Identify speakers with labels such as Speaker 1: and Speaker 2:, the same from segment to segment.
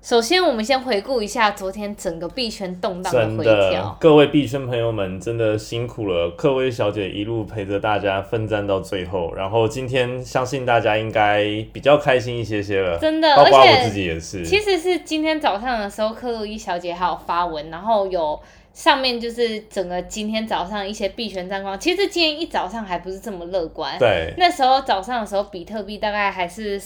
Speaker 1: 首先，我们先回顾一下昨天整个币圈动荡
Speaker 2: 真
Speaker 1: 回
Speaker 2: 的
Speaker 1: 调，。
Speaker 2: 各位币圈朋友们，真的辛苦了，克薇小姐一路陪着大家奋战到最后。然后今天相信大家应该比较开心一些些了，
Speaker 1: 真的
Speaker 2: 包括
Speaker 1: 而且
Speaker 2: 我自己也是。
Speaker 1: 其实是今天早上的时候，克洛伊小姐还有发文，然后有上面就是整个今天早上一些币圈战况。其实今天一早上还不是这么乐观，
Speaker 2: 对
Speaker 1: 那时候早上的时候，比特币大概还是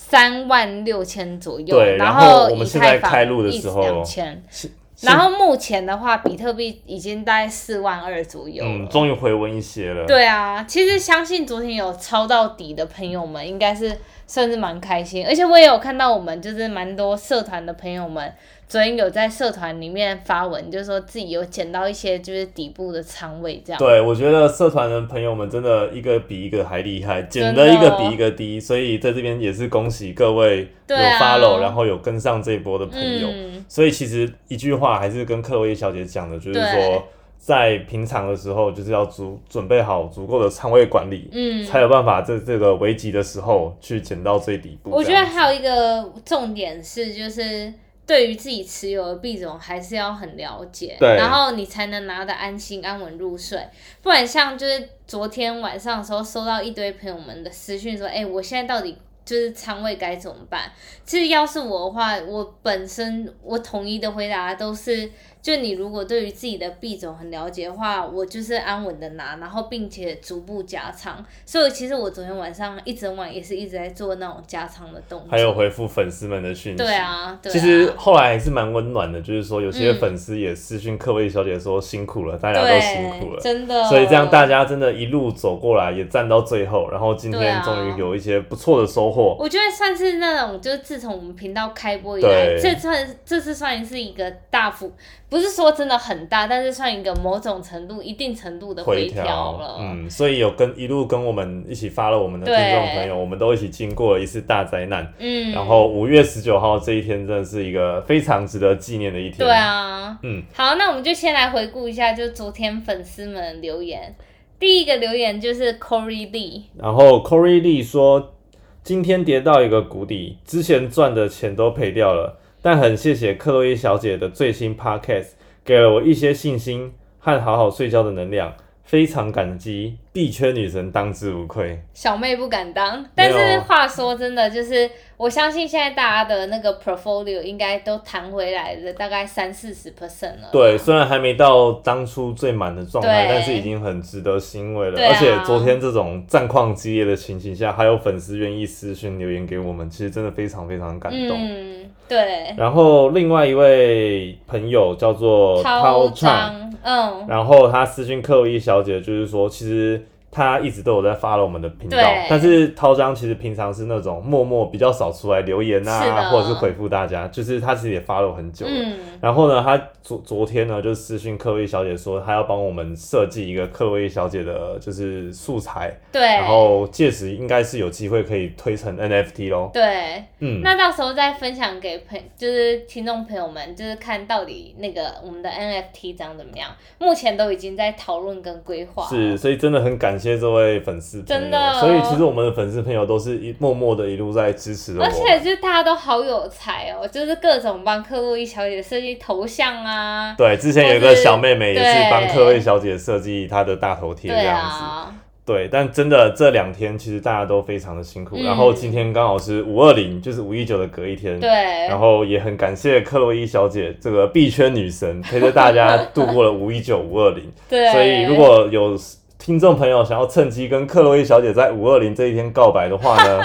Speaker 1: 三万六千左右，
Speaker 2: 对
Speaker 1: 然
Speaker 2: 然后我
Speaker 1: 以
Speaker 2: 们现
Speaker 1: 太
Speaker 2: 在
Speaker 1: 坊
Speaker 2: 开录的时候
Speaker 1: 两千
Speaker 2: 是，
Speaker 1: 然后目前的话，比特币已经大概四万二左右
Speaker 2: 嗯，
Speaker 1: 了。
Speaker 2: 终于回温一些了。
Speaker 1: 对啊，其实相信昨天有抄到底的朋友们，应该是算是蛮开心，而且我也有看到我们就是蛮多社团的朋友们，昨天有在社团里面发文，就是说自己有捡到一些就是底部的仓位这样。
Speaker 2: 对，我觉得社团的朋友们真的一个比一个还厉害，捡
Speaker 1: 真
Speaker 2: 的
Speaker 1: 的哦
Speaker 2: 一个比一个低，所以在这边也是恭喜各位有
Speaker 1: 对啊
Speaker 2: follow，、然后有跟上这一波的朋友。
Speaker 1: 嗯，
Speaker 2: 所以其实一句话还是跟克洛伊小姐讲的，就是
Speaker 1: 对
Speaker 2: 说在平常的时候，就是要足准备好足够的仓位管理，
Speaker 1: 嗯
Speaker 2: 才有办法在这个危急的时候去捡到最底部。
Speaker 1: 我觉
Speaker 2: 这
Speaker 1: 得
Speaker 2: 样
Speaker 1: 还有一个重点是，就是对于自己持有的币种还是要很了解，
Speaker 2: 对
Speaker 1: 然后你才能拿得安心安稳入睡。不然像就是昨天晚上的时候收到一堆朋友们的私讯说，哎、我现在到底。就是仓位该怎么办？其实要是我的话，我本身我统一的回答都是，就你如果对于自己的币种很了解的话，我就是安稳的拿，然后并且逐步加仓。所以其实我昨天晚上一整晚也是一直在做那种加仓的动作。
Speaker 2: 还有回复粉丝们的讯息。
Speaker 1: 对啊，对啊。
Speaker 2: 其实后来还是蛮温暖的，就是说有些
Speaker 1: 嗯
Speaker 2: 粉丝也私讯克薇小姐说辛苦了，大家哎都
Speaker 1: 对，
Speaker 2: 辛苦了。
Speaker 1: 真的。
Speaker 2: 所以这样大，家真的一路走过来，也站到最后，然后今
Speaker 1: 对
Speaker 2: 天
Speaker 1: 啊
Speaker 2: 终于有一些不错的收获。
Speaker 1: 我觉得算是那种，就是自从我们频道开播以来，
Speaker 2: 对
Speaker 1: 这算这次算是一个大幅，不是说真的很大，但是算一个某种程度、一定程度的
Speaker 2: 回
Speaker 1: 调了。
Speaker 2: 嗯，所以有跟一路跟我们一起发了我们的听
Speaker 1: 对
Speaker 2: 众朋友，我们都一起经过了一次大灾难。
Speaker 1: 嗯
Speaker 2: 然后五月十九号这一天真的是一个非常值得纪念的一天。
Speaker 1: 对，啊，
Speaker 2: 嗯，
Speaker 1: 好，那我们就先来回顾一下，就昨天粉丝们的留言。第一个留言就是 Corey Lee，
Speaker 2: 然后 Corey Lee 说，今天跌到一个谷底，之前赚的钱都赔掉了，但很谢谢克洛伊小姐的最新 Podcast，给了我一些信心和好好睡觉的能量，非常感激，币圈女神当之无愧。
Speaker 1: 小妹不敢当，但
Speaker 2: 没
Speaker 1: 是
Speaker 2: 有
Speaker 1: 话说真的，就是我相信现在大家的那个 portfolio 应该都弹回来的，大概三四十 percent 了。
Speaker 2: 对，啊虽然还没到当初最满的状态，
Speaker 1: 对
Speaker 2: 但是已经很值得欣慰了。
Speaker 1: 对啊
Speaker 2: 而且昨天这种战况激烈的情形下，还有粉丝愿意私讯留言给我们，其实真的非常非常感动。
Speaker 1: 嗯，对，
Speaker 2: 然后另外一位朋友叫做涛
Speaker 1: 超
Speaker 2: 畅，
Speaker 1: 张，嗯，
Speaker 2: 然后他私讯克洛伊小姐，就是说其实。他一直都有在发了我们的频道
Speaker 1: 对，
Speaker 2: 但是涛章其实平常是那种默默比较少出来留言
Speaker 1: 是的
Speaker 2: 啊，或者是回复大家，就是他其实也发了很久了。
Speaker 1: 嗯，
Speaker 2: 然后呢，他昨昨天呢就私讯克薇小姐说，他要帮我们设计一个克薇小姐的，就是素材，
Speaker 1: 对，
Speaker 2: 然后届时应该是有机会可以推成 NFT 咯。
Speaker 1: 对，
Speaker 2: 嗯，
Speaker 1: 那到时候再分享给朋，就是听众朋友们，就是看到底那个我们的 NFT 长怎么样，目前都已经在讨论跟规划了。
Speaker 2: 是，所以真的很感谢这位粉丝朋友。
Speaker 1: 真的
Speaker 2: 所以其实我们的粉丝朋友都是一默默的一路在支持着我
Speaker 1: 而
Speaker 2: 们。
Speaker 1: 且就是大家都好有才哦，就是各种帮克洛伊小姐设计头像啊，
Speaker 2: 对，之前有一个小妹妹也
Speaker 1: 对
Speaker 2: 是帮克薇小姐设计她的大头贴这
Speaker 1: 对
Speaker 2: 样子。
Speaker 1: 啊，
Speaker 2: 对，但真的这两天其实大家都非常的辛苦。
Speaker 1: 嗯
Speaker 2: 然后今天刚好是五二零，就是五一九的隔一天。
Speaker 1: 对
Speaker 2: 然，后也很感谢克洛伊小姐这个币圈女神陪着大家度过了五一九、五二零。
Speaker 1: 对，
Speaker 2: 所以如果有听众朋友想要趁机跟克洛伊小姐在五二零这一天告白的话 呢，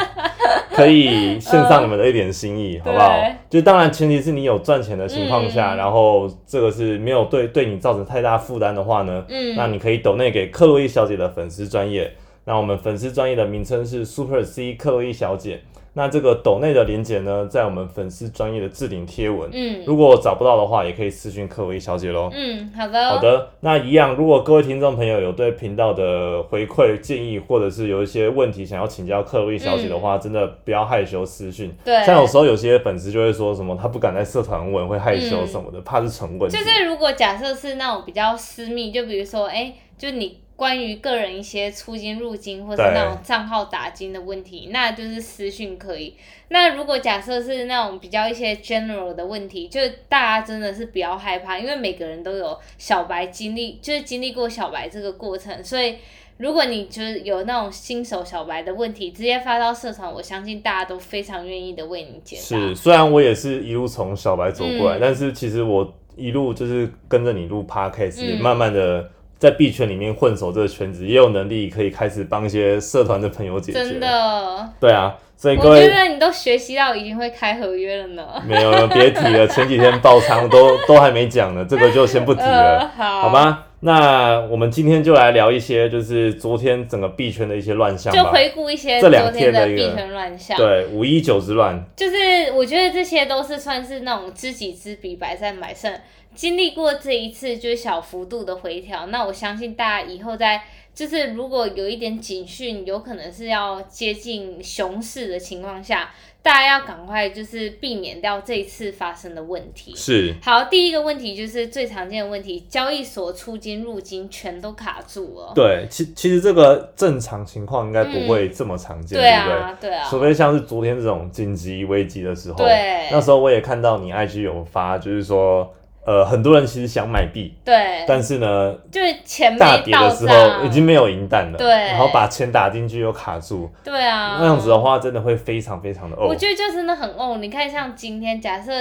Speaker 2: 可以献上你们的一点心意，好不好
Speaker 1: 嗯对？
Speaker 2: 就当然前提是你有赚钱的情况下，
Speaker 1: 嗯
Speaker 2: 然后这个是没有对对你造成太大负担的话呢，
Speaker 1: 嗯，
Speaker 2: 那你可以抖内给克洛伊小姐的粉丝专业。那我们粉丝专业的名称是 Super C 克洛伊小姐。那这个抖内的连结呢，在我们粉丝专业的置顶贴文。
Speaker 1: 嗯
Speaker 2: 如果找不到的话，也可以私讯克洛伊小姐喽。
Speaker 1: 嗯，好的，
Speaker 2: 好，的，那一样，如果各位听众朋友有对频道的回馈建议，或者是有一些问题想要请教克洛伊小姐的话，真的不要害羞私讯。
Speaker 1: 嗯对，
Speaker 2: 像有时候有些粉丝就会说什么，他不敢在社团问，会害羞什么的，怕是成问
Speaker 1: 嗯
Speaker 2: 题。
Speaker 1: 就是如果假设是那种比较私密，就比如说，哎、就你关于个人一些出金入金或是
Speaker 2: 对
Speaker 1: 那种账号打金的问题，那就是私讯可以。那如果假设是那种比较一些 general 的问题，就大家真的是不要害怕，因为每个人都有小白经历，就是经历过小白这个过程，所以。如果你就是有那种新手小白的问题，直接发到社团，我相信大家都非常愿意的为你解答。
Speaker 2: 是，虽然我也是一路从小白走过来，
Speaker 1: 嗯
Speaker 2: 但是其实我一路就是跟着你录 podcast，、
Speaker 1: 嗯
Speaker 2: 慢慢的在币圈里面混熟这个圈子，也有能力可以开始帮一些社团的朋友解决。
Speaker 1: 真，的，
Speaker 2: 对啊，所以各
Speaker 1: 我觉
Speaker 2: 位
Speaker 1: 得你都学习到已经会开合约了呢。
Speaker 2: 没有了，别提了，前几天爆仓都 都还没讲呢，这个就先不提了。
Speaker 1: 呃，好，
Speaker 2: 好，吧，那我们今天就来聊一些，就是昨天整个币圈的一些乱象
Speaker 1: 就
Speaker 2: 吧。
Speaker 1: 回顾一些
Speaker 2: 这
Speaker 1: 昨
Speaker 2: 两天
Speaker 1: 天
Speaker 2: 的
Speaker 1: 的
Speaker 2: 一
Speaker 1: 币
Speaker 2: 个
Speaker 1: 圈乱象。
Speaker 2: 对，五一九之乱，
Speaker 1: 就是我觉得这些都是算是那种知己知彼，百战百胜。经历过这一次就是小幅度的回调，那我相信大家以后在就是如果有一点警讯，有可能是要接近熊市的情况下，大家要赶快就是避免掉这一次发生的问题。
Speaker 2: 是
Speaker 1: 好，第一个问题就是最常见的问题，交易所出金入金全都卡住哦了。
Speaker 2: 对，其其实这个正常情况应该不会这么常见，
Speaker 1: 嗯对
Speaker 2: 不对？
Speaker 1: 啊，对啊，
Speaker 2: 除非像是昨天这种紧急危机的时候，
Speaker 1: 对
Speaker 2: 那时候我也看到你 IG 有发，就是说，呃，很多人其实想买币，
Speaker 1: 对，
Speaker 2: 但是呢，
Speaker 1: 就是钱没
Speaker 2: 大跌
Speaker 1: 到
Speaker 2: 的时候
Speaker 1: 账，啊
Speaker 2: 已经没有银弹了，
Speaker 1: 对
Speaker 2: 然后把钱打进去又卡住，
Speaker 1: 对啊，
Speaker 2: 那样子的话真的会非常非常的
Speaker 1: 我
Speaker 2: 呕。
Speaker 1: 觉得就真的很哦。你看，像今天假设，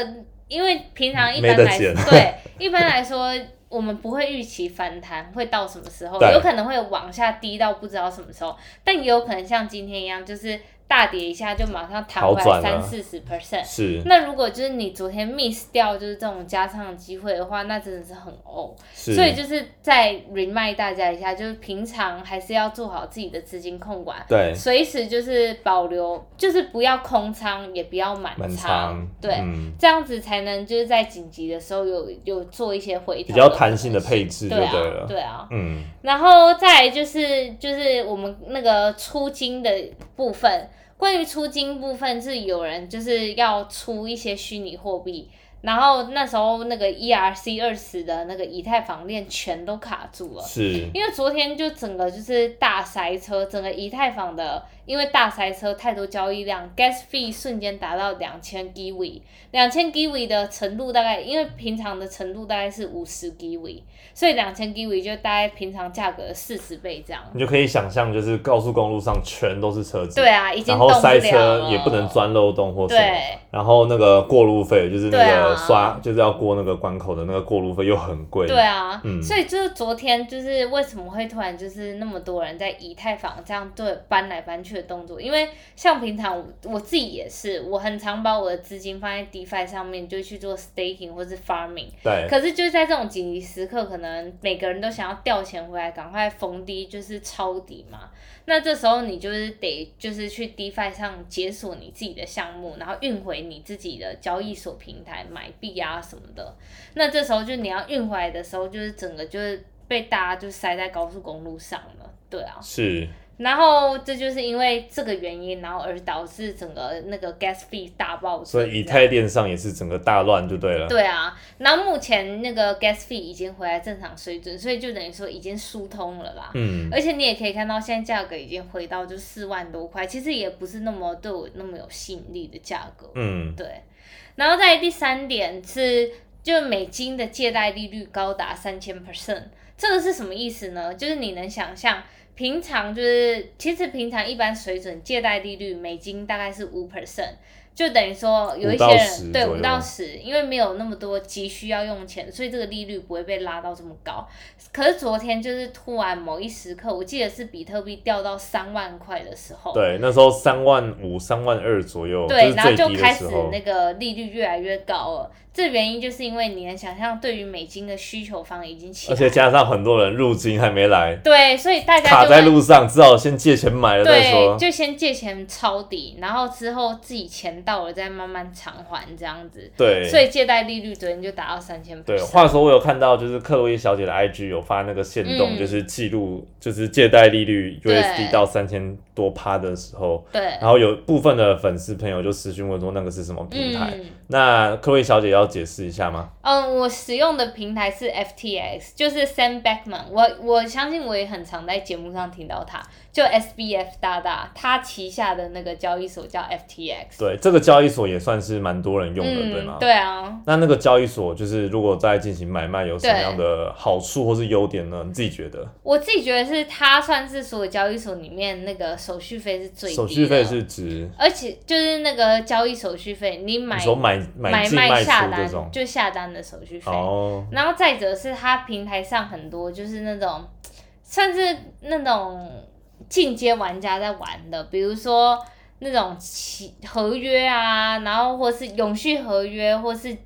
Speaker 1: 因为平常一
Speaker 2: 没
Speaker 1: 般
Speaker 2: 得
Speaker 1: 来
Speaker 2: 捡
Speaker 1: 对一般来说，我们不会预期反弹会到什么时候，
Speaker 2: 对
Speaker 1: 有可能会往下低到不知道什么时候，但也有可能像今天一样，就是大跌一下就马上弹回
Speaker 2: 好
Speaker 1: 来
Speaker 2: 转了
Speaker 1: 三四十 percent。
Speaker 2: 是
Speaker 1: 那如果就是你昨天 miss 掉就是这种加仓的机会的话，那真的是很呕。
Speaker 2: 是，
Speaker 1: 所以就是再 remind 大家一下，就是平常还是要做好自己的资金控管，
Speaker 2: 对，
Speaker 1: 随时就是保留，就是不要空仓，也不要满
Speaker 2: 蛮
Speaker 1: 仓
Speaker 2: 长，，
Speaker 1: 对，
Speaker 2: 嗯，
Speaker 1: 这样子才能就是在紧急的时候有有做一些回调，
Speaker 2: 比较弹性的配置就
Speaker 1: 对
Speaker 2: 对
Speaker 1: 啊
Speaker 2: 了，，
Speaker 1: 对啊。
Speaker 2: 嗯，
Speaker 1: 然后再来就是就是我们那个出金的部分，关于出金部分是有人就是要出一些虚拟货币，然后那时候那个 ERC 二十的那个以太坊链全都卡住了。
Speaker 2: 是，
Speaker 1: 因为昨天就整个就是大塞车，整个以太坊的因为大塞车太多交易量，gas fee 瞬间达到两千 giwi，两千 giwi 的程度大概因为平常的程度大概是五十 giwi，所以两千 giwi 就大概平常价格的四十倍这样。
Speaker 2: 你就可以想象，就是高速公路上全都是车子，
Speaker 1: 对啊，已经
Speaker 2: 然
Speaker 1: 动
Speaker 2: 后
Speaker 1: 不了
Speaker 2: 塞
Speaker 1: 了。
Speaker 2: 车也不能。钻漏洞或什么，
Speaker 1: 对，
Speaker 2: 然后那个过路费就是那
Speaker 1: 对
Speaker 2: 个
Speaker 1: 啊
Speaker 2: 刷，就是要过那个关口的那个过路费又很贵，
Speaker 1: 对啊，
Speaker 2: 嗯
Speaker 1: 所以就是昨天就是为什么会突然就是那么多人在以太坊这样对搬来搬去的动作，因为像平常我我自己也是，我很常把我的资金放在 DeFi 上面，就去做 staking 或是 farming，
Speaker 2: 对
Speaker 1: 可是就是在这种紧急时刻，可能每个人都想要调钱回来，赶快逢低就是抄底嘛。那这时候你就是得就是去 DeFi 上解锁你自己的项目，然后运回你自己的交易所平台买币啊什么的。那这时候就你要运回来的时候，就是整个就是被大家就塞在高速公路上了，对啊。
Speaker 2: 是，
Speaker 1: 然后这就是因为这个原因，然后而导致整个那个 gas fee 大暴增
Speaker 2: 所
Speaker 1: 这样。
Speaker 2: 以以太链上也是整个大乱就对了，
Speaker 1: 对啊，然后目前那个 gas fee 已经回来正常水准，所以就等于说已经疏通了啦。
Speaker 2: 嗯，
Speaker 1: 而且你也可以看到，现在价格已经回到就四万多块，其实也不是那么对我那么有吸引力的价格。
Speaker 2: 嗯，
Speaker 1: 对，然后再来第三点是，就美金的借贷利率高达三千 percent，这个是什么意思呢？就是你能想象，平常就是其实平常一般水准借贷利率美金大概是五 percent，就等于说有一
Speaker 2: 5到
Speaker 1: 些
Speaker 2: 10
Speaker 1: 人对
Speaker 2: 左
Speaker 1: 五
Speaker 2: 右
Speaker 1: 到十，因为没有那么多急需要用钱，所以这个利率不会被拉到这么高。可是昨天就是突然某一时刻，我记得是比特币掉到三万块的时候，
Speaker 2: 对，那时候三万五、三万二左右，这
Speaker 1: 对，
Speaker 2: 是
Speaker 1: 然后
Speaker 2: 最
Speaker 1: 就
Speaker 2: 低
Speaker 1: 开
Speaker 2: 的
Speaker 1: 始
Speaker 2: 时候。
Speaker 1: 那个利率越来越高了。这原因就是因为你能想象，对于美金的需求方已经起
Speaker 2: 而
Speaker 1: 来
Speaker 2: 且
Speaker 1: 了，
Speaker 2: 加上很多人入金还没来，
Speaker 1: 对，所以大家
Speaker 2: 卡
Speaker 1: 就
Speaker 2: 在
Speaker 1: 会
Speaker 2: 路上，只好先借钱买了再
Speaker 1: 对，
Speaker 2: 说。
Speaker 1: 就先借钱抄底，然后之后自己钱到了再慢慢偿还这样子。
Speaker 2: 对，
Speaker 1: 所以借贷利率昨天就达到三千。
Speaker 2: 对，话说我有看到，就是克洛伊小姐的 IG 有发那个线动，
Speaker 1: 嗯
Speaker 2: 就是记录，就是借贷利率
Speaker 1: 对
Speaker 2: USD 到三千多趴的时候，
Speaker 1: 对，
Speaker 2: 然后有部分的粉丝朋友就私讯问说那个是什么平台？
Speaker 1: 嗯
Speaker 2: 那克洛伊小姐要解释一下吗？
Speaker 1: 嗯，我使用的平台是 FTX，就是 Sam Backman，我我相信我也很常在节目上听到他，就 SBF 大大，他旗下的那个交易所叫 FTX。
Speaker 2: 对，这个交易所也算是蛮多人用的，对吗
Speaker 1: 嗯，？对啊，
Speaker 2: 那那个交易所就是如果在进行买卖，有什么
Speaker 1: 对
Speaker 2: 样的好处或是优点呢？你自己觉得？
Speaker 1: 我自己觉得是它算是所有交易所里面那个手续费是最低的，
Speaker 2: 手续费是指
Speaker 1: 而且就是那个交易手续费，你买
Speaker 2: 你说买
Speaker 1: 买
Speaker 2: 进卖
Speaker 1: 下
Speaker 2: 出
Speaker 1: 单
Speaker 2: 这种？
Speaker 1: 就下单的手续费。
Speaker 2: 哦，
Speaker 1: 然后再者是它平台上很多就是那种算是那种进阶玩家在玩的，比如说那种契合约啊，然后或是永续合约，或是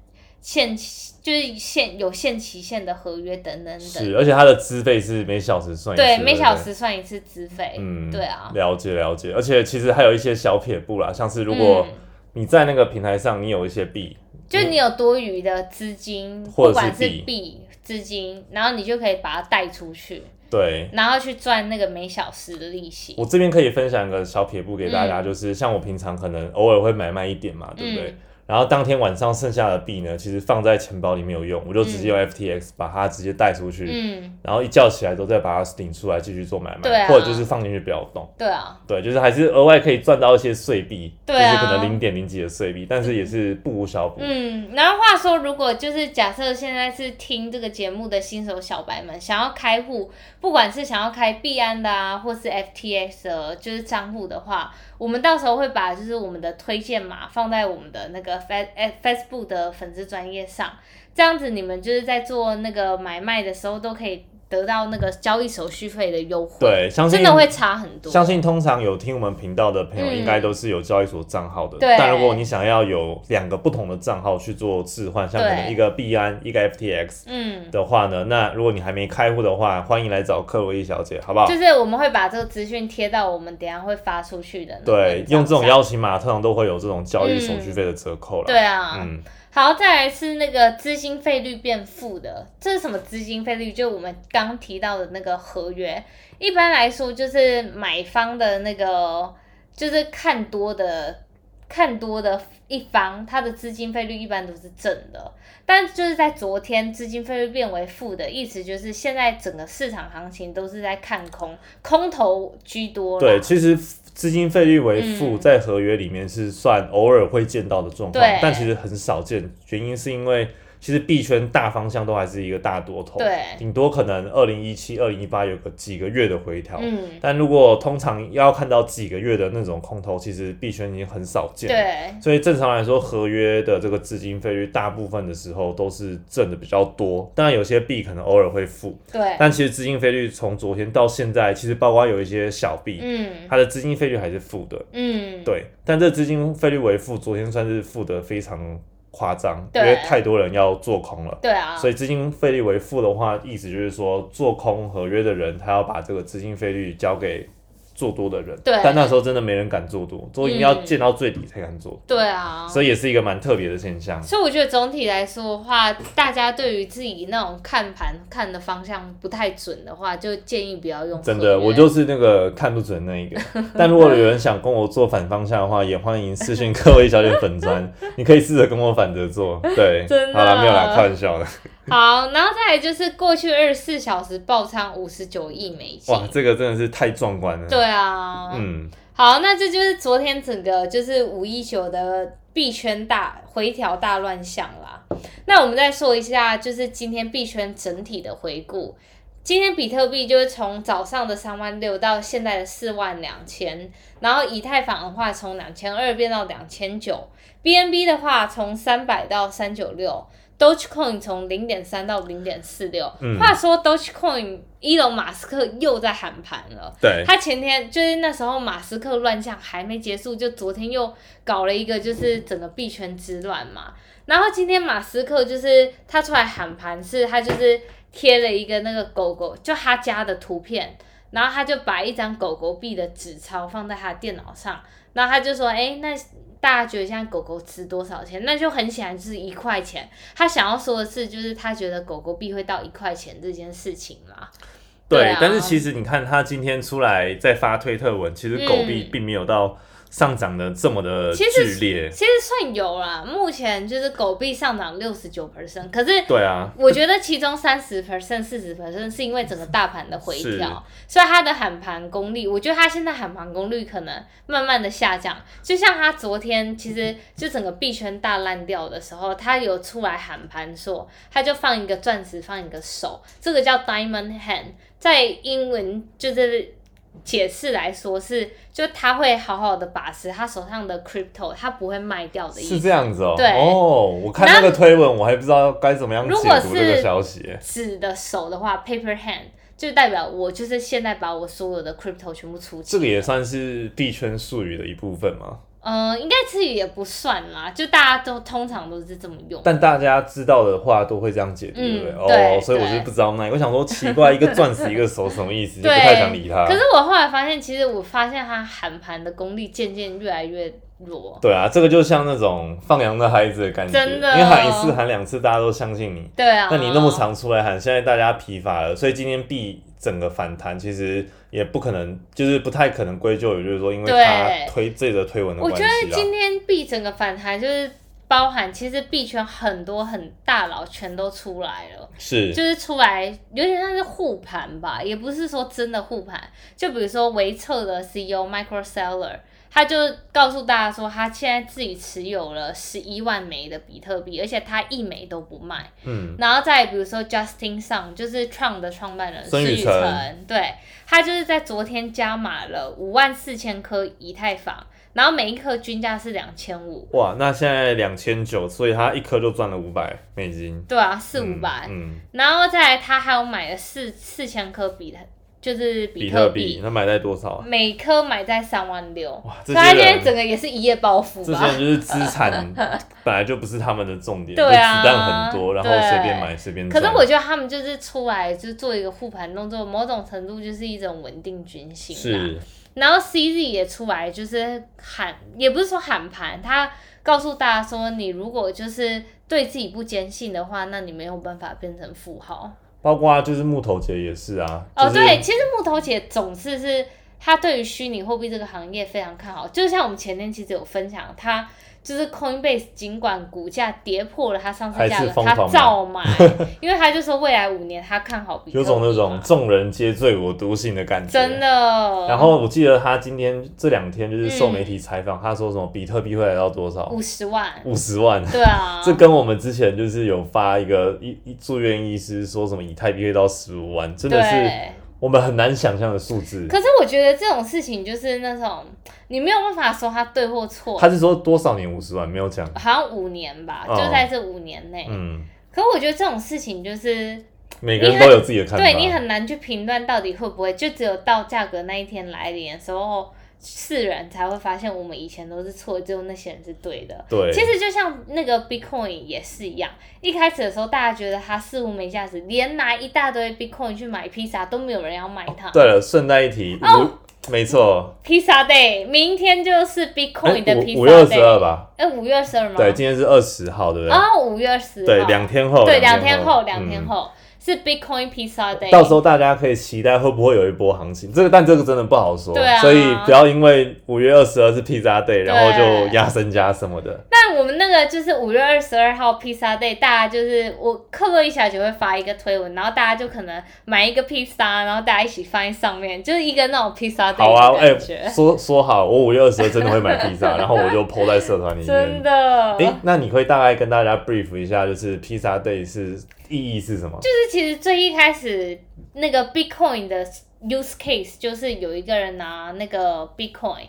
Speaker 1: 限期就是限有限期限的合约等等等。
Speaker 2: 是，而且它的资费是每小时算一次
Speaker 1: 对，
Speaker 2: 不
Speaker 1: 每小时算一次资费。
Speaker 2: 嗯，
Speaker 1: 对啊。
Speaker 2: 了解了解，而且其实还有一些小撇步啦，像是如果
Speaker 1: 嗯
Speaker 2: 你在那个平台上你有一些币，
Speaker 1: 就你有多余的资金，
Speaker 2: 或
Speaker 1: 不
Speaker 2: 者是
Speaker 1: 管是
Speaker 2: 币
Speaker 1: 币资金，然后你就可以把它带出去，
Speaker 2: 对
Speaker 1: 然后去赚那个每小时的利息。
Speaker 2: 嗯我这边可以分享一个小撇步给大家，
Speaker 1: 嗯
Speaker 2: 就是像我平常可能偶尔会买卖一点嘛，对不对？
Speaker 1: 嗯
Speaker 2: 然后当天晚上剩下的币呢，其实放在钱包里没有用，我就直接用 FTX 把它直接带出去，
Speaker 1: 嗯，
Speaker 2: 然后一觉起来之后再把它领出来继续做买
Speaker 1: 对
Speaker 2: 卖，
Speaker 1: 啊
Speaker 2: 或者就是放进去不要动。
Speaker 1: 对啊，
Speaker 2: 对，就是还是额外可以赚到一些碎币，
Speaker 1: 对啊
Speaker 2: 就是可能零点零几的碎币，但是也是不无小补。
Speaker 1: 嗯。然后话说，如果就是假设现在是听这个节目的新手小白们，想要开户，不管是想要开币安的啊，或是 FTX 的，就是账户的话，我们到时候会把就是我们的推荐码放在我们的那个 Face Facebook 的粉丝专业上。这样子你们就是在做那个买卖的时候都可以得到那个交易手续费的优惠，
Speaker 2: 对，相信
Speaker 1: 真的会差很多。
Speaker 2: 相信通常有听我们频道的朋友，
Speaker 1: 嗯
Speaker 2: 应该都是有交易所账号的。
Speaker 1: 对
Speaker 2: 但如果你想要有两个不同的账号去做置换，像可能
Speaker 1: 对
Speaker 2: 一个币安，一个 FTX
Speaker 1: 嗯，
Speaker 2: 的话呢，那如果你还没开户的话，欢迎来找克洛伊小姐，好不好？
Speaker 1: 就是我们会把这个资讯贴到我们等一下会发出去的。
Speaker 2: 对，用这种。邀请码，通常都会有这种交易手续费的折扣啦。
Speaker 1: 啊对啊，
Speaker 2: 嗯，
Speaker 1: 好，再来是那个资金费率变负的，这是什么资金费率？就我们刚提到的那个合约，一般来说就是买方的那个，就是看多的看多的一方，它的资金费率一般都是正的，但就是在昨天资金费率变为负的，意思就是现在整个市场行情都是在看空，空头居多啦。
Speaker 2: 对，其实资金费率为负，
Speaker 1: 嗯
Speaker 2: 在合约里面是算偶尔会见到的状况
Speaker 1: 对，
Speaker 2: 但其实很少见，原因是因为。其实币圈大方向都还是一个大多头，
Speaker 1: 对，
Speaker 2: 顶多可能二零一七、二零一八有个几个月的回调，
Speaker 1: 嗯，
Speaker 2: 但如果通常要看到几个月的那种空头，其实币圈已经很少见。，
Speaker 1: 对，
Speaker 2: 所以正常来说，合约的这个资金费率大部分的时候都是挣的比较多，当然有些币可能偶尔会负，
Speaker 1: 对，
Speaker 2: 但其实资金费率从昨天到现在，其实包括有一些小币，
Speaker 1: 嗯
Speaker 2: 它的资金费率还是负的。
Speaker 1: 嗯，
Speaker 2: 对，但这资金费率为负，昨天算是负的非常夸张，因
Speaker 1: 对
Speaker 2: 为太多人要做空了。
Speaker 1: 对啊，
Speaker 2: 所以资金费率为负的话，意思就是说做空合约的人，他要把这个资金费率交给做多的人。
Speaker 1: 对
Speaker 2: 但那时候真的没人敢做多，做应该要
Speaker 1: 嗯
Speaker 2: 见到最底才敢做。
Speaker 1: 对啊，
Speaker 2: 所以也是一个蛮特别的现象。
Speaker 1: 所以我觉得总体来说的话，大家对于自己那种看盘看的方向不太准的话，就建议不要用合约。
Speaker 2: 真的，我就是那个看不准那一 个。但如果有人想跟我做反方向的话，也欢迎私信各位小姐粉砖， 你可以试着跟我反着做。对，
Speaker 1: 真的
Speaker 2: 好了，没有啦，开玩笑的。
Speaker 1: 好，然后再来就是过去二十四小时爆仓五十九亿美金。
Speaker 2: 哇，这个真的是太壮观了。
Speaker 1: 对啊，
Speaker 2: 嗯，
Speaker 1: 好，那这就是昨天整个就是五一九的币圈大回调大乱象啦。那我们再说一下，就是今天币圈整体的回顾。今天比特币就是从早上的三万六到现在的四万两千，然后以太坊的话从两千二变到两千九，BNB 的话从三百到三九六，Dogecoin 从零点三到零点四六。
Speaker 2: 嗯
Speaker 1: 话说 Dogecoin，伊隆马斯克又在喊盘了。
Speaker 2: 对，
Speaker 1: 他前天就是那时候马斯克乱象还没结束，就昨天又搞了一个就是整个币圈之乱嘛。然后今天马斯克就是他出来喊盘是，他就是贴了一个那个狗狗，就他家的图片，然后他就把一张狗狗币的纸钞放在他的电脑上，然后他就说：“哎，那大家觉得现在狗狗值多少钱？”那就很显然就是一块钱。他想要说的是，就是他觉得狗狗币会到一块钱这件事情嘛。
Speaker 2: 对，
Speaker 1: 对啊
Speaker 2: 但是其实你看他今天出来在发推特文，其实狗币
Speaker 1: 嗯
Speaker 2: 并没有到上涨的这么的
Speaker 1: 其实
Speaker 2: 剧烈。
Speaker 1: 其实算有啦，目前就是狗币上涨六十九 percent，可是
Speaker 2: 对啊，
Speaker 1: 我觉得其中三十 percent、四十 percent 是因为整个大盘的回调，所以它的喊盘功力，我觉得它现在喊盘功率可能慢慢的下降。就像它昨天其实就整个币圈大烂掉的时候，它有出来喊盘说，它就放一个钻石，放一个手，这个叫 diamond hand，在英文就是。解释来说是，就他会好好的把持他手上的 crypto，他不会卖掉的意思。
Speaker 2: 是这样子哦、
Speaker 1: 对
Speaker 2: 哦，我看那个推文，我还不知道该怎么样解
Speaker 1: 如果
Speaker 2: 读这个
Speaker 1: 是
Speaker 2: 消息。
Speaker 1: 指的手的话，paper hand 就代表我就是现在把我所有的 crypto 全部出
Speaker 2: 这
Speaker 1: 清。
Speaker 2: 个也算是币圈术语的一部分嘛，
Speaker 1: 嗯、应该其实也不算啦，就大家都通常都是这么用。
Speaker 2: 但大家知道的话都会这样解读，
Speaker 1: 嗯
Speaker 2: 对不对？
Speaker 1: 对
Speaker 2: 哦，所以我
Speaker 1: 对
Speaker 2: 就不知道那，我想说奇怪，一个钻石一个手什么意思，就
Speaker 1: 对
Speaker 2: 不太想理他
Speaker 1: 可。是我后来发现，其实我发现他喊盘的功力渐渐越来越弱。
Speaker 2: 对啊，这个就像那种放羊的孩子的感觉，
Speaker 1: 真的
Speaker 2: 因为喊一次喊两次大家都相信你，
Speaker 1: 对啊，
Speaker 2: 那你那么常出来喊，现在大家疲乏了，所以今天币整个反弹其实也不可能，就是不太可能归咎于就是说因为
Speaker 1: 对
Speaker 2: 他推这则推文的
Speaker 1: 我
Speaker 2: 关
Speaker 1: 觉
Speaker 2: 系
Speaker 1: 得
Speaker 2: 啦。
Speaker 1: 今天币整个反弹就是包含，其实币圈很多很大佬全都出来了。
Speaker 2: 是
Speaker 1: 就是出来有点像是护盘吧，也不是说真的护盘。就比如说维策的 E CEO Microseller，他就告诉大家说，他现在自己持有了十一万枚的比特币，而且他一枚都不卖。
Speaker 2: 嗯，
Speaker 1: 然后再比如说 Justin Sun，就是创的创办人
Speaker 2: 孙宇
Speaker 1: 宇
Speaker 2: 晨
Speaker 1: 晨，对他就是在昨天加码了五万四千颗以太坊，然后每一颗均价是两千五，
Speaker 2: 哇，那现在两千九，所以他一颗就赚了五百美金，
Speaker 1: 对啊，四
Speaker 2: 嗯
Speaker 1: 五百。
Speaker 2: 嗯，
Speaker 1: 然后再来，他还有买了四四千颗比特，就是
Speaker 2: 比
Speaker 1: 特
Speaker 2: 特币，那买在多少啊？
Speaker 1: 每颗买在三万六，
Speaker 2: 哇，这
Speaker 1: 所以他
Speaker 2: 些
Speaker 1: 现在整个
Speaker 2: 人。
Speaker 1: 也是一夜暴富
Speaker 2: 这 些
Speaker 1: 吧
Speaker 2: 人？就是资产本来就不是他们的重 点，
Speaker 1: 对啊
Speaker 2: 就子弹很多，然后
Speaker 1: 对
Speaker 2: 随便买随便
Speaker 1: 可
Speaker 2: 赚。
Speaker 1: 是我觉得他们就是出来就是做一个护盘动作，某种程度就是一种稳定军心啦。
Speaker 2: 是
Speaker 1: 然后 CZ 也出来就是喊，也不是说喊盘，他告诉大家说，你如果就是对自己不坚信的话，那你没有办法变成富豪。
Speaker 2: 包括就是木头姐也是啊，
Speaker 1: 哦，
Speaker 2: 就是
Speaker 1: 对，其实木头姐总是是她对于虚拟货币这个行业非常看好，就像我们前天其实有分享，她就是 Coinbase，尽管股价跌破了它上市价
Speaker 2: 还是
Speaker 1: 格，
Speaker 2: 疯
Speaker 1: 她
Speaker 2: 狂买
Speaker 1: 照买， 因为她就说未来五年她看好比特
Speaker 2: 有
Speaker 1: 币
Speaker 2: 种那种
Speaker 1: 嘛
Speaker 2: 众人皆醉我独醒的感觉。
Speaker 1: 真。的，
Speaker 2: 然后我记得他今天这两天就是受媒体采访，他说什么比特币会来到多少？
Speaker 1: 五十万，
Speaker 2: 五十万。
Speaker 1: 对嗯啊，
Speaker 2: 这跟我们之前就是有发一个一一住院医师说什么以太币会到十五万，真的是
Speaker 1: 对。
Speaker 2: 我们很难想象的数字。
Speaker 1: 可是我觉得这种事情就是那种你没有办法说它对或错，
Speaker 2: 他是说多少年五十万没有讲，
Speaker 1: 好像五年吧，
Speaker 2: 哦
Speaker 1: 就在这五年内。
Speaker 2: 嗯，
Speaker 1: 可我觉得这种事情就是
Speaker 2: 每个人都有自己的看法。
Speaker 1: 对你很难去评断到底会不会，就只有到价格那一天来临的时候，世人才会发现我们以前都是错，只有那些人是对的。
Speaker 2: 对，
Speaker 1: 其实就像那个 Bitcoin 也是一样，一开始的时候大家觉得它似乎没价值，连拿一大堆 Bitcoin 去买披萨都没有人要买它。
Speaker 2: 哦对了，顺带一提，
Speaker 1: 哦
Speaker 2: 五没错，
Speaker 1: 披萨 Day 明天就是 Bitcoin 的披
Speaker 2: 哎
Speaker 1: 萨
Speaker 2: 五五月二十二
Speaker 1: Day，
Speaker 2: 吧？
Speaker 1: 哎，五月二十二吗？
Speaker 2: 对，今天是二十号，对不对？
Speaker 1: 哦，五月二十，
Speaker 2: 对，两天后，
Speaker 1: 对两天后，两
Speaker 2: 嗯
Speaker 1: 天后是 Bitcoin Pizza Day，
Speaker 2: 到时候大家可以期待会不会有一波行情，这个但这个真的不好说，
Speaker 1: 对啊
Speaker 2: 所以不要因为五月二十二是 Pizza Day，然后
Speaker 1: 对
Speaker 2: 就压身家什么的。
Speaker 1: 但我们那个就是五月二十二号披萨 day，大家就是我克洛伊小姐会发一个推文，然后大家就可能买一个披萨，然后大家一起放在上面，就是一个那种披萨
Speaker 2: 好啊，
Speaker 1: day 的
Speaker 2: 哎、
Speaker 1: 感觉，
Speaker 2: 说说好，我五月二十二真的会买 披萨，然后我就 PO 在社团里面。
Speaker 1: 真的。
Speaker 2: 哎、那你会大概跟大家 brief 一下，就是披萨 day 是意义是什么？
Speaker 1: 就是其实最一开始那个 Bitcoin 的 use case 就是有一个人拿那个 Bitcoin，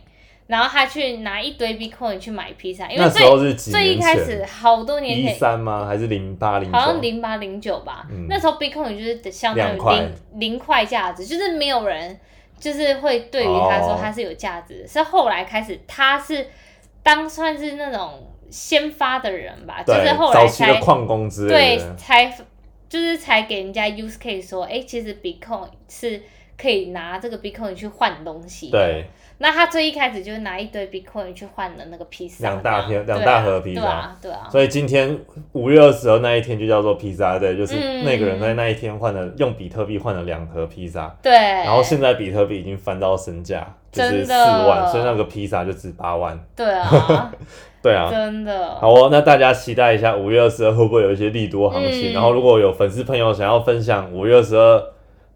Speaker 1: 然后他去拿一堆 Bitcoin 去买披萨，因为
Speaker 2: 那时
Speaker 1: 最
Speaker 2: 候是几
Speaker 1: 最一
Speaker 2: 年
Speaker 1: 开始
Speaker 2: 前？
Speaker 1: 好多年
Speaker 2: 一
Speaker 1: 前。
Speaker 2: 三吗？还是零八零九？
Speaker 1: 好像零八零九吧，
Speaker 2: 嗯
Speaker 1: 那时候 Bitcoin 就是相当于
Speaker 2: 两块
Speaker 1: 零零块价值，就是没有人就是会对于他说
Speaker 2: 哦
Speaker 1: 它是有价值的，是后来开始他是当算是那种先发的人吧，就
Speaker 2: 对，
Speaker 1: 是后来
Speaker 2: 早期的
Speaker 1: 才
Speaker 2: 矿工之类
Speaker 1: 对
Speaker 2: 的，
Speaker 1: 才就是才给人家 use case 说，哎、其实 Bitcoin 是可以拿这个 Bitcoin 去换东西的。
Speaker 2: 对，
Speaker 1: 那他最一开始就是拿一堆 Bitcoin 去换了那个披萨，
Speaker 2: 两大
Speaker 1: 这样
Speaker 2: 片两大
Speaker 1: 对啊
Speaker 2: 盒披萨
Speaker 1: 对啊，对啊，
Speaker 2: 所以今天五月二十号那一天就叫做披萨对，就是
Speaker 1: 嗯
Speaker 2: 那个人在那一天换了用比特币换了两盒披萨，
Speaker 1: 对。
Speaker 2: 然后现在比特币已经翻到身价就是
Speaker 1: 真
Speaker 2: 四
Speaker 1: 的
Speaker 2: 万，所以那个披萨就值八万。
Speaker 1: 对 啊，
Speaker 2: 对啊，
Speaker 1: 真的。
Speaker 2: 好哦，那大家期待一下五月二十二会不会有一些利多行情？
Speaker 1: 嗯
Speaker 2: 然后如果有粉丝朋友想要分享五月二十二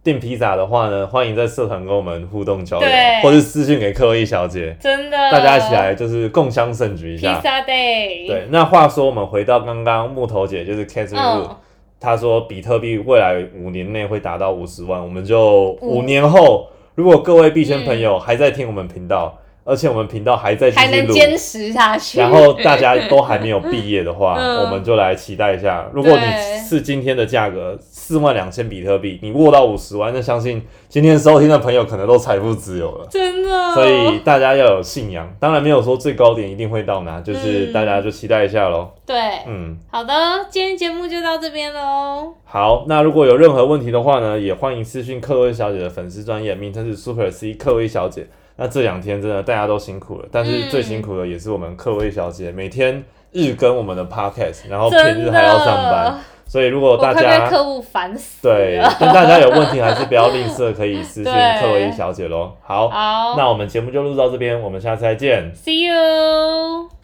Speaker 2: 订披萨的话呢，欢迎在社团跟我们互动交流
Speaker 1: 对，
Speaker 2: 或是私信给克洛伊小姐，
Speaker 1: 真的，
Speaker 2: 大家一起来就是共襄盛举一
Speaker 1: 披
Speaker 2: 下。
Speaker 1: 萨 day。
Speaker 2: 对，那话说我们回到刚刚木头姐就是 Catherine Wu，、
Speaker 1: 嗯，
Speaker 2: 她说比特币未来五年内会达到五十万，我们就
Speaker 1: 五
Speaker 2: 五年后，如果各位币圈朋友还在听我们频道，而且我们频道还在继
Speaker 1: 嗯还
Speaker 2: 续
Speaker 1: 能
Speaker 2: 录，
Speaker 1: 坚持下去。
Speaker 2: 然后大家都还没有毕业 的话，
Speaker 1: 嗯
Speaker 2: 我们就来期待一下。如果你
Speaker 1: 对
Speaker 2: 是今天的价格四万两千比特币，你握到五十万，那相信今天收听的朋友可能都财富自由 了。
Speaker 1: 真的，
Speaker 2: 所以大家要有信仰，当然没有说最高点一定会到哪，就是
Speaker 1: 嗯
Speaker 2: 大家就期待一下喽。
Speaker 1: 对，
Speaker 2: 嗯，
Speaker 1: 好的，今天节目就到这边喽。
Speaker 2: 好，那如果有任何问题的话呢，也欢迎私讯克洛伊小姐的粉丝专业，名称是 Super C 克洛伊小姐。那这两天真的大家都辛苦了，但是
Speaker 1: 嗯
Speaker 2: 最辛苦的也是我们克洛伊小姐，每天日更我们的 Podcast，然后平日还要上班，，所以如果
Speaker 1: 我
Speaker 2: 大
Speaker 1: 快被
Speaker 2: 家
Speaker 1: 客户烦死。
Speaker 2: 对，但大家有问题还是不要吝啬，可以私 讯
Speaker 1: 对
Speaker 2: 克洛伊小姐喽。好，
Speaker 1: 好
Speaker 2: 那我们节目就录到这边，我们下次再见。
Speaker 1: ，See you。